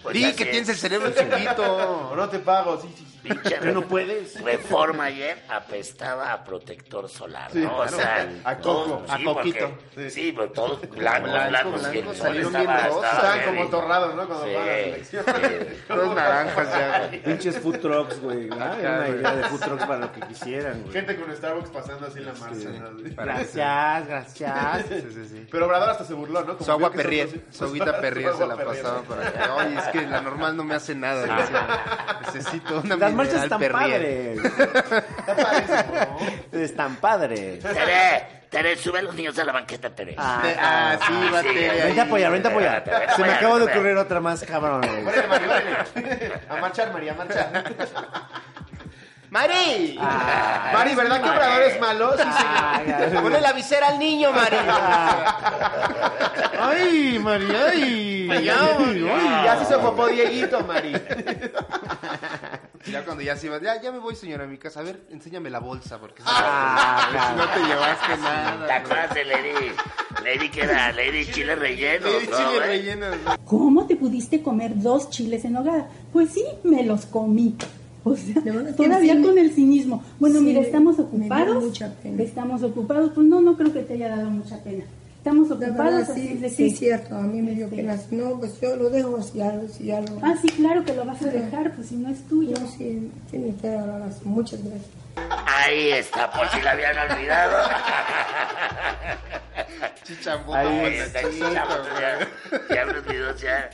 Pues Di así que es. tienes el cerebro chiquito. O no te pago, sí, sí, sí. Pinche Tú re- no puedes. Reforma ayer apestaba a protector solar, Sí, ¿no? O claro. sea, A todos- coco, sí, a coquito. porque- Sí. Sí, pero todos blancos, Blanco, blancos. blanco, y el sol salieron bien estaba- rosas. estaba Estaban como heavy. torrados, ¿no? Cuando Sí, jugaban la selección. sí. Todos naranjas ya, güey. Pinches food trucks, güey. ¿no? Era una güey. idea de food trucks para lo que quisieran, güey. Gente con Starbucks pasando así en la marcha. ¿no? Gracias, gracias. Sí, sí, sí. Pero Obrador hasta se burló, ¿no? Como Su agua vio que perrier, son- su agüita perrier Su se agua la Perrier. pasaba para acá. Oye, es que la normal no me hace nada. decía. Necesito una Las marchas mineral están perrier. padres. están padres. Tere, Tere, sube a los niños a la banqueta, Tere. Ah, Te- Ah, sí, va, sí. Tere, ahí. Vente a apoyar, vente a Espérate, espérate, apoyar. Se me espérate, acaba de espérate. ocurrir otra más, cabrón. güey. Órale, Mari, órale. A marchar, María, a marchar. ¡Mari! Mari, ¿verdad que Obrador es malo? Sí, Ah, ya. Ponle la visera al niño, Mari. Ay, María, ay. Ya se hizo popó Dieguito, Mari. Ya cuando ya se iba, ya, ya me voy, señora, a mi casa. A ver, enséñame la bolsa, porque si Ah, no te llevaste nada. ¿Te acuerdas de Lady? Lady que era Lady Chile Relleno. Lady ¿no, ¿eh? eh? chile güey? relleno. ¿Cómo te pudiste comer dos chiles en hogar? Pues sí, me los comí. O sea, De verdad, todavía sí me- con el cinismo. Bueno, sí mira, me- estamos me dio ocupados. mucha pena. Estamos ocupados. Pues no, no creo que te haya dado mucha pena. Estamos La ocupados. verdad, así sí, es de sí, que- este cierto, a mí me dio pena. Si no, pues yo lo dejo, si ya, lo- si ya lo... Ah, sí, claro que lo vas a dejar, pues si no es tuyo. Yo sí, tiene que dar la razón. Muchas gracias. Ahí está, por si la habían olvidado. Chichambo. Ahí está, ya, ya unos videos ya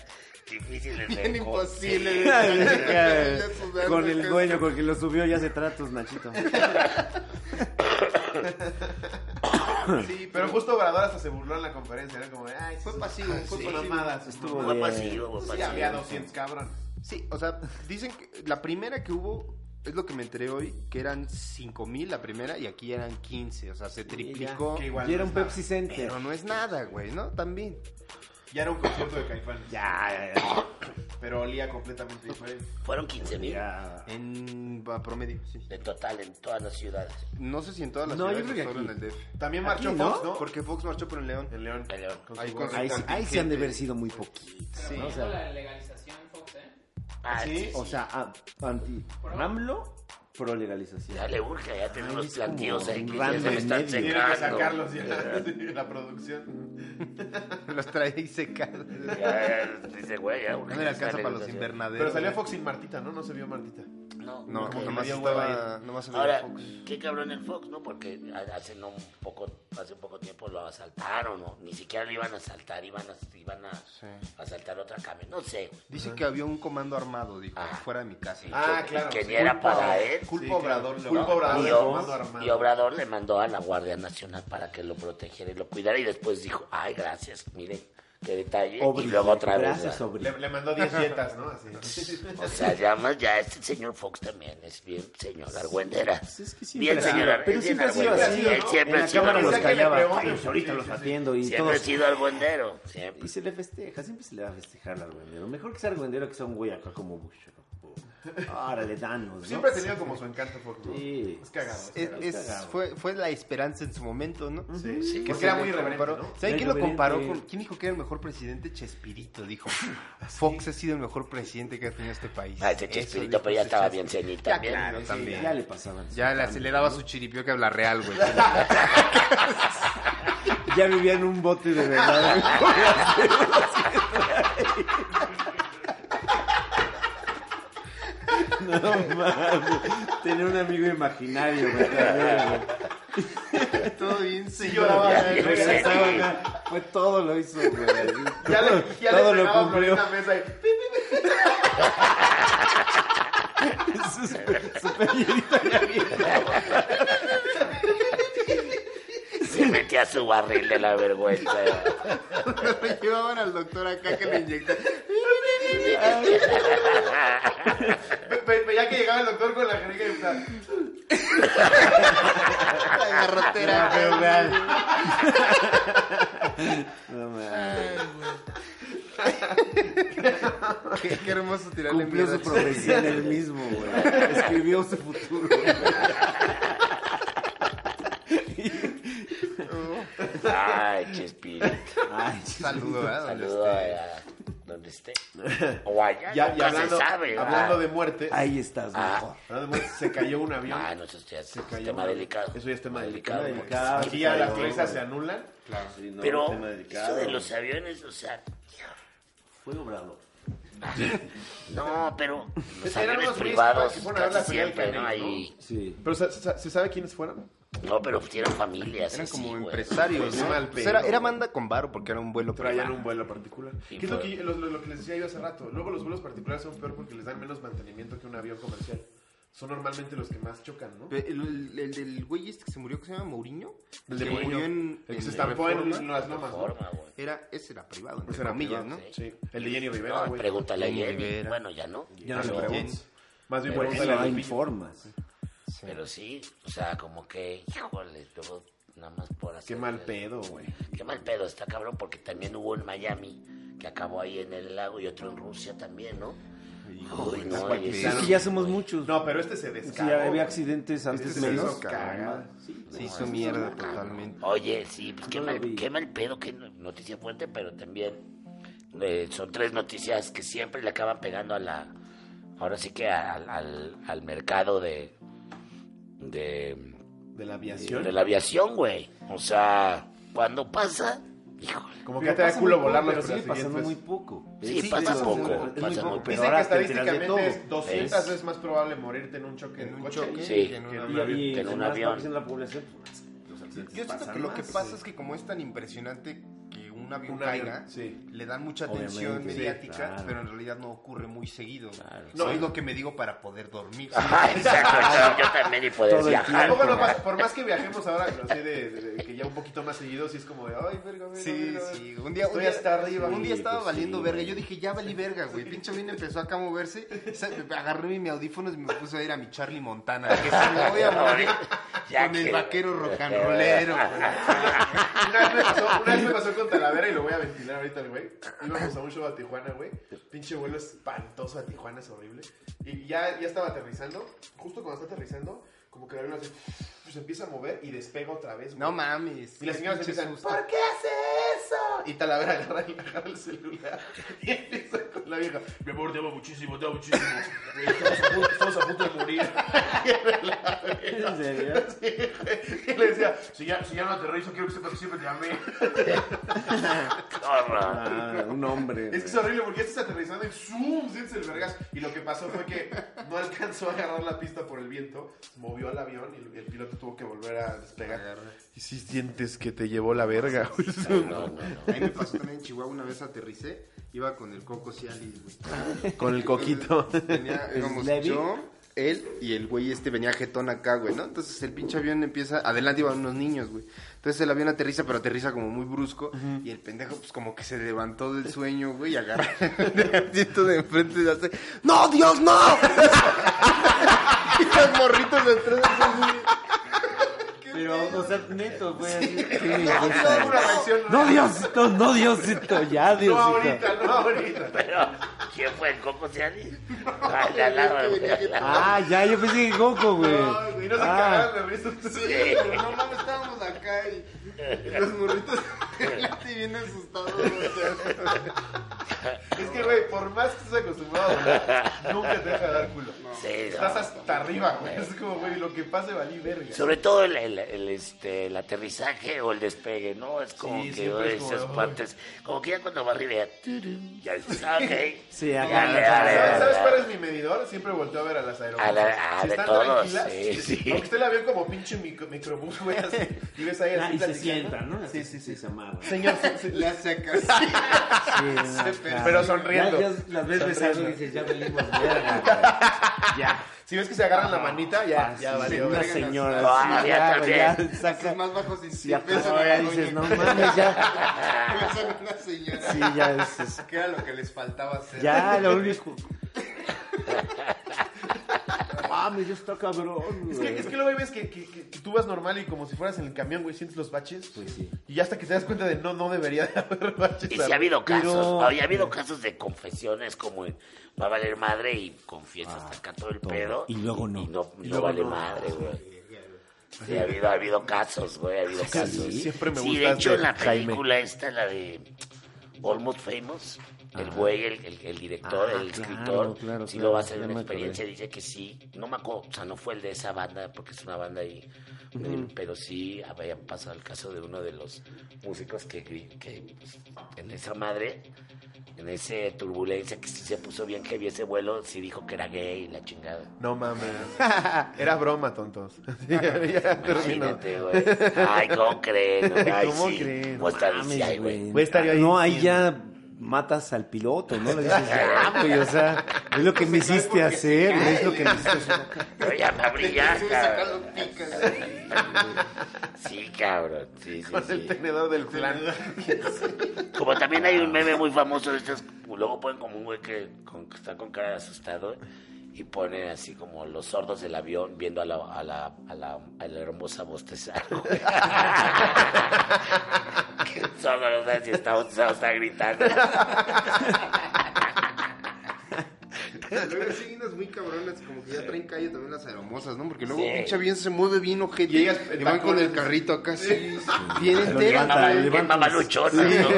difíciles Bien de co- imposible. Ya sudando Con el acá. dueño, con el que lo subió ya hace tratos, Nachito. Sí, pero justo Obrador hasta se burló en la conferencia. Era como, ay, Fue sus- pasivo, fue sus pasivo. mamadas. Estuvo Fue bien. pasivo, fue Sí, había pasivo. 200, cabrón. Sí, o sea, dicen que la primera que hubo, es lo que me enteré hoy, que eran 5 mil la primera y aquí eran 15. O sea, se triplicó. Que igual Y era no un es Pepsi Center. Pero no es nada, güey, ¿no? También. nada. Ya era un concierto de Caifanes. Ya, ya, Pero olía completamente diferente. Fueron 15 mil ya. Ah. En a promedio, sí. de total en todas las ciudades. No sé si en todas las No, yo ciudades creo que o solo en aquí. el DF. También Aquí, marchó Fox, ¿no? ¿no? Porque Fox marchó por el León. En León. Peleón. Ahí con con su- su Ahí, sí- ahí sí han de haber sido muy poquitos, Sí. ¿no? O sea, La legalización en Fox, ¿eh? Ah, ¿Sí? sí, sí. o sea, a- anti AMLO pro legalización. Ya le urge, ya tenemos los plantíos como ahí un que ramo ya se me en están medio. Tienen que secando. sacarlos ya. La producción. Los trae ahí secados. No Ya, dice, güey, ya urge me esta alcanza para los negociación. invernaderos. Pero salía Fox sin Martita, ¿no? No se vio Martita. No, No, ok. nomás dio hueva estaba. Nomás se veía Ahora, Fox. qué cabrón el Fox, ¿no? Porque ha- hace no un poco, hace un poco tiempo lo asaltaron, ¿no? Ni siquiera lo iban a asaltar, iban a, iban a Sí. asaltar otra camioneta, no sé. güey. Dice que había un comando armado, dijo, Ah. fuera de mi casa. Sí, Ah, que- claro, Que sí. ni era Culpa- para él. Culpa claro. Obrador. le Culpa va. Obrador. Y, el Ob- comando armado. y Obrador le mandó a la Guardia Nacional para que lo protegiera y lo cuidara y después dijo, ay, gracias, miren, qué detalle. y Obri. luego otra vez. Gracias, ¿verdad? Obri. Le, le mandó 10 dietas, ¿no? Así. O sea, ya, más- ya este señor Fox también es bien señor argüendera. Pues es que siempre bien ha sido- pero señor es bien siempre ha sido argüendero. así, Sí, Él ¿no? siempre En ha la sido cámara los argüendero. callaba. callaba. pregunten, "Ay, ahorita sí, los sí, atiendo y Siempre ha todos. sido argüendero. Siempre. Y se le festeja, siempre se le va a festejar al argüendero. Mejor que sea argüendero que sea un güey acá como Bush. Ahora le danos, ¿no? Siempre ha tenido como su encanto Fox. ¿no? Sí. Es cagado. es Es- cagado. es- cagado. fue, fue la esperanza en su momento, ¿no? Sí, Sí, porque se era le muy irreverente, comparó. ¿no? ¿Saben Era quién lo irreverente. comparó con.? ¿Quién dijo que era el mejor presidente? Chespirito dijo. Fox ha sido el mejor presidente que ha tenido este país. Ah, ese Eso Chespirito, dijo pero ya ese estaba Chespi- bien cenita Ya, también. claro, también. Ya le pasaban. Ya le, se le daba su chiripio que habla real, güey. Ya vivía en un bote de verdad. No mames. Tenía un amigo imaginario, güey. también, güey. Todo bien, sí. lloraba. Ya, Ya, Regresaba acá. Fue todo lo hizo, güey. Ya le, ya le todo lo pegaba por cumplió. una mesa y... Su, su pellerita ya bien. Se metía a su barril de la vergüenza. Me llevaban al doctor acá que le inyecta. Pe- pe- pe- ya que llegaba el doctor con la jeringa y estaba, La Ah, garrotera. Pero real. No mames. Ah, Qué, qué hermoso tirarle Cumplió mierda su a Chespirito. profesión él mismo, güey. Escribió su futuro. Ay, Chespirito. Ay, Saludo, ¿verdad? Saludo a, a donde esté. O allá, Ya, nunca ya hablando, se sabe. hablando ah. de muerte, Ahí estás Ah. mejor. hablando de muerte, se cayó un avión. Ah, no, eso ya es cayó, tema ¿no? delicado. Eso ya es tema delicado. delicado, delicado. porque- Aquí ya se las cayó, risas güey. se anulan. Pero eso de los aviones, o sea, Fue obrado. no, pero los Eran aviones unos privados güeyes que fueron a ver la casi pelea del siempre, ¿no? Canelo, Ahí, Sí. Pero ¿se, se- se sabe quiénes fueron? no, pero pues tienen familias. Eran así, como güey. empresarios, Pues ¿no? mal O sea, era, pedo, era güey. banda con varo porque era un vuelo Traían privado. un vuelo particular. Sí, ¿Qué es lo fue- que, yo- lo, lo- lo que les decía yo hace rato? Luego los vuelos particulares son peor porque les dan menos mantenimiento que un avión comercial. Son normalmente los que más chocan, ¿no? El, el- el del güey este que se murió, que se llama Mourinho. El de que Mourinho. murió en. El que se en estampó en Reforma, las lomas, ¿no? Forma, güey. Era, ese era privado, entre Pues era comillas, privado, ¿no? Sí. El de Jenny Rivera, No, güey. pregúntale a Jenny Jenny. Rivera. Bueno, ya no. Ya no le Pero- pregunto. Más bien Pero Eso pregúntale a no Lupillo. informas. Pero sí, o sea, como que, híjole, luego nada más por hacer. Qué mal pedo, güey. Qué mal pedo, está cabrón, porque también hubo en Miami, que acabó ahí en el lago, y otro en Rusia también, ¿no? Uy, no, cual que y eso- sea, Es que ya somos muchos. No, pero este se Sí, descargó. había accidentes antes Este se menos. hizo cagada. Sí, Se hizo mierda totalmente. Oye, sí, pues qué, No lo mal, vi. qué mal pedo, qué no- noticia fuerte, pero también eh, son tres noticias que siempre le acaban pegando a la. Ahora sí que al, al, al mercado de. de. De la aviación. de la aviación, güey. O sea, cuando pasa, híjole. Como que Pero ya te da pasa culo muy poco, volarlo, pero sigue pasando pues. muy poco. Sí, Es- pasa es- poco, es muy pasa muy poco. poco. Pero Dicen que ahora te enteras de estadísticamente es todo. 200 veces más probable morirte en un choque en un choque Sí. que en un Y- avión. Y, y en un más avión. estamos en la población, pues, los accidentes Yo siento pasan que lo que más. pasa es que como es tan impresionante que un un avión Un avión, caiga, sí. le dan mucha Obviamente, atención sí, mediática, claro. pero en realidad no ocurre muy seguido. Claro. no, Sí. es lo que me digo para poder dormir. Ajá, exacto. Yo también y poder Todo el ¿A viajar. poco no pasa? Por más que viajemos ahora, pero así de, de- que ya un poquito más seguido, sí es como de, ay, verga, verga, Sí, verga". sí. Un día, un Estoy día- hasta arriba. Un día Sí, estaba pues valiendo sí, verga. güey. Yo dije, ya valí verga, güey. Pinche bien empezó acá a moverse. sa- Agarré mi audífonos y me puse a ir a mi Charlie Montana. Que se me voy a morir Ya con el que- vaquero rocanrolero, Una vez, me pasó, una vez me pasó con Talavera y lo voy a ventilar ahorita, el güey. Íbamos a un show a Tijuana, güey. Pinche vuelo espantoso a Tijuana, es horrible. Y ya, ya estaba aterrizando. Justo cuando está aterrizando, como que el avión hace, pues, se empieza a mover y despega otra vez, güey. No mames. Y las señoras Pinche empiezan, susto. ¿por qué hace eso? Y Talavera agarra, el- agarra el celular y empieza con la vieja, mi amor, te amo muchísimo, te amo muchísimo. Estamos a punto, estamos a punto de morir. ¿En serio? Y le decía, si ya, si ya no aterrizo, quiero que sepas que siempre te amé. Horror. Ah, un hombre. Es que es güey. horrible porque ya estás aterrizando y ¡zoom! Sientes el vergas. Y lo que pasó fue que no alcanzó a agarrar la pista por el viento, movió al avión y el, el piloto tuvo que volver a despegar. Y si sientes que te llevó la verga. güey. Ah, No, no, no. A mí me pasó también en Chihuahua una vez aterricé, iba con el Coco Cialis, güey. Con el coquito. Venía, íbamos ¿Levi? yo, él y el güey este venía jetón acá, güey, ¿no? Entonces el pinche avión empieza, adelante iban unos niños, güey. Entonces el avión aterriza, pero aterriza como muy brusco y el pendejo pues como que se levantó del sueño, güey, y agarra el asiento de enfrente y hace, ¡No, Dios, no! y los morritos detrás así, güey. Pero, o sea, neto, güey. Toda una reacción. No, Diosito, no, Diosito, ya, No Diosito. ahorita, no ahorita. Pero, ¿quién fue el Coco Ciani? Ay, la lava, güey, la lava. Ah, ya, yo pensé que Coco, güey. No, güey, no se Ah, cagaron de risa. Pero no mames, estábamos acá y y los morritos adelante bien asustados, güey. Es que, güey, por más que estés acostumbrado, güey, nunca te deja dar culo. Sí, no. Estás hasta arriba, güey. Es como, güey, lo que pase valí verga. Sobre todo el, el- el, este, el aterrizaje o el despegue, ¿no? Es como Sí, que siempre es como, esas "Ay". partes, como que ya cuando va arriba, ya, turun, ya dices, ah, ok. Sí, acá, Dale, acá, dale, ¿Sabes, dale, sabes cuál dale. es mi medidor? Siempre volteo a ver a las A aeronaves. la- a si de están todos, tranquilas, sí, sí. aunque usted la ve como pinche micro- microbús, güey, así, y ves ahí Ah, así y se platicando. sienta, ¿no? Sí, sí, sí, se amarra. Sí, Señor, se- se- Le hace acá así. acá. pero sonriendo. Ya, ya las ves besando y dices, ya venimos verga, güey. Ya. si ves que se agarran la manita, ya, Ah, ya sí, valió Una verga. señora. Ah, sí, ya ya, también. ya, Sus saca. más bajos y Y sí, apenas pesos, ya doña. dices, no mames, ya. Son una señora. Sí, ya dices. ¿Qué era lo que les faltaba hacer? Ya, lo único. Mames, ya está cabrón, Es que, güey. es que luego ves que, que- que- que tú vas normal y como si fueras en el camión, güey, sientes los baches. Pues sí. Y ya hasta que te das cuenta de no, no debería de haber baches. Y si ha habido Pero- casos, había habido casos de confesiones como en, va a valer madre y confiesa hasta acá todo el pedo. Ah, Y luego no. Y no, Y no luego vale no. madre, güey. Sí, ha habido, ha habido casos, güey, ha habido casos. Siempre me Sí, de gustaste, hecho, en la Jaime. película esta, la de Almost Famous, el güey, el, el- el director, Ah, claro, el escritor, claro, si claro, lo va a hacer ya una me experiencia, dice que sí. No me acuerdo, o sea, no fue el de esa banda, porque es una banda ahí, medio- pero sí había pasado el caso de uno de los músicos que, gri- que pues, en esa madre, en ese turbulencia que sí se puso bien heavy ese vuelo, sí dijo que era gay y la chingada. No mames. Era broma, tontos. ya terminó. Imagínate, güey. Ay, ¿cómo creen? Ay, ¿Cómo sí. creen? Voy a estar Mames, bici ahí, güey. Voy a estar yo ahí No, ahí ya matas al piloto, ¿no? Le dices, ya, güey, o sea, es lo que me hiciste hacer, güey, es lo que me hiciste hacer. Pero ya me abrí ya, Sube cabrón. sacando picas. Sí, cabrón. Sí, sí, Con el sí. tenedor del plan. Como también hay un meme muy famoso de estos, luego ponen como un güey que, con- que está con cara de asustado y ponen así como los sordos del avión viendo a la, a la, a la, a la hermosa bostezar. güey. que el sordo no sabe si está bostezado o está gritando. Luego sí, hay unas muy cabronas, como que ya traen calle también las aeromosas, ¿no? Porque luego Sí. un pinche avión se mueve bien ojete. Y ellas y van con el carrito acá así. Bien Lo entero. levantan, Mamá- lo bien levantan. mamaluchona, Sí, ¿no?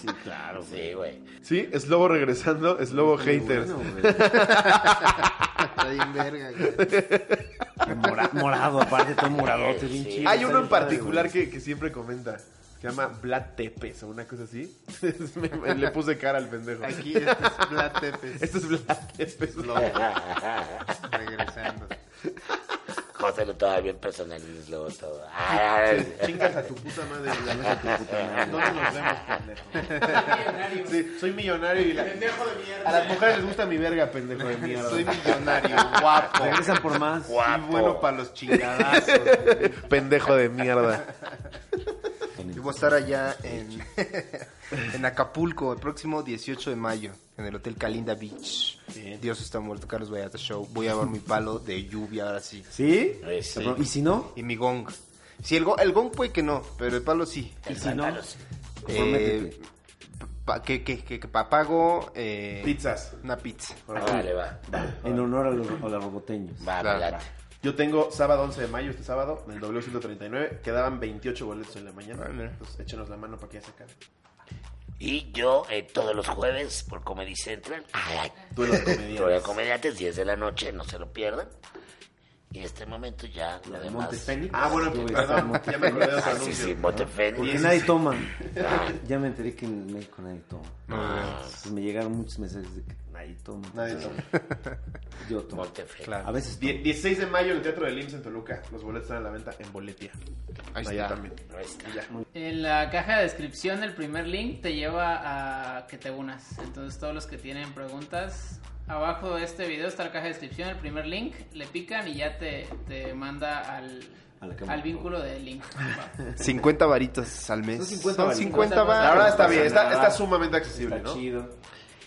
Sí, claro, güey. Sí, güey. Sí, Slobo regresando, Slobo haters. Bueno, güey. Está bien verga, güey. Mora- morado, aparte, todo moradote, bien Sí. chido. Hay uno en Está bien particular que, que siempre comenta. Se llama Vlad Tepes o una cosa así. Me- me- le puse cara al pendejo. Aquí este es Vlad Tepes, Este es Vlad Tepes. Lobo, regresando. José lo todavía bien personal y luego todo. Ay, ay. Chingas a tu puta madre, la mesa a tu puta madre. No nos vemos, pendejo. Sí, soy millonario y la... Pendejo de mierda. A las mujeres les gusta mi verga, pendejo de mierda. Soy millonario, guapo. Regresan por más. Y bueno para los chingadazos. Pendejo de mierda. Yo voy a estar allá en, en Acapulco el próximo 18 de mayo en el Hotel Calinda Beach. Dios está muerto, Carlos Vallarta Show. Voy a llevar mi palo de lluvia ahora sí. ¿Sí? Eh, sí. ¿Y si no? Y mi gong. Si el, go- el gong puede que no, pero el palo sí. ¿Y si no? Eh, Eh, Comprométete. pa- que, que, que, que pa- pago eh, Pizzas. una pizza. Vale, va. En honor a los, a los roboteños. Va, Claro. adelante. Yo tengo sábado 11 de mayo, este sábado, en el W139. Quedaban 28 boletos en la mañana. Ah, mira. Entonces, échenos la mano para que ya se acabe. Y yo eh, todos los jueves por Comedy Central. Ay, Duelo de comediantes. Gloria Comediantes, 10 de la noche, no se lo pierdan. Y en este momento ya lo de demás. Montefénix. Ah, bueno, Estuve perdón. hasta Ya me acordé de otro Ah, sí, anuncio. sí, Montefénix. pues, Porque nadie toma. Ah. Ya me enteré que en México nadie toma. Pues me llegaron muchos mensajes de que nadie toma. Nadie toma. Yo tomo. Montefénix. A veces Die- 16 de mayo en el Teatro del IMSS en Toluca. Los boletos están a la venta en Boletia. Ahí Allá está. también. Ahí está. Y ya. En la caja de descripción el primer link te lleva a que te unas. Entonces todos los que tienen preguntas, abajo de este video está la caja de descripción, el primer link, le pican y ya te, te manda al, A la cámara. al vínculo del link. 50 varitos al mes. Son 50 Son varitos. 50 La La verdad varos. está bien, está, nada. está sumamente accesible, está ¿no? chido.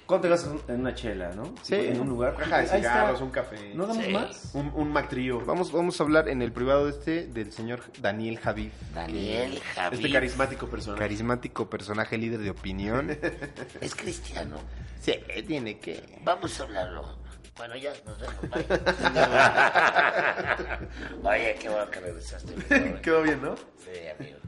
¿Cuánto te gastas en una chela, no? Sí. En un lugar. Caja de Ahí está. cigarros, un café. ¿No damos Sí. más? Un, un Mac Trio. Vamos, vamos a hablar en el privado este del señor Daniel Javif. Daniel Javier. Este carismático personaje. Carismático personaje líder de opinión. Es cristiano. sí, tiene que. Vamos a hablarlo. Bueno, ya nos vemos. Bye. Oye, qué bueno que regresaste. mi pobre. Quedó bien, ¿no? Sí, amigo.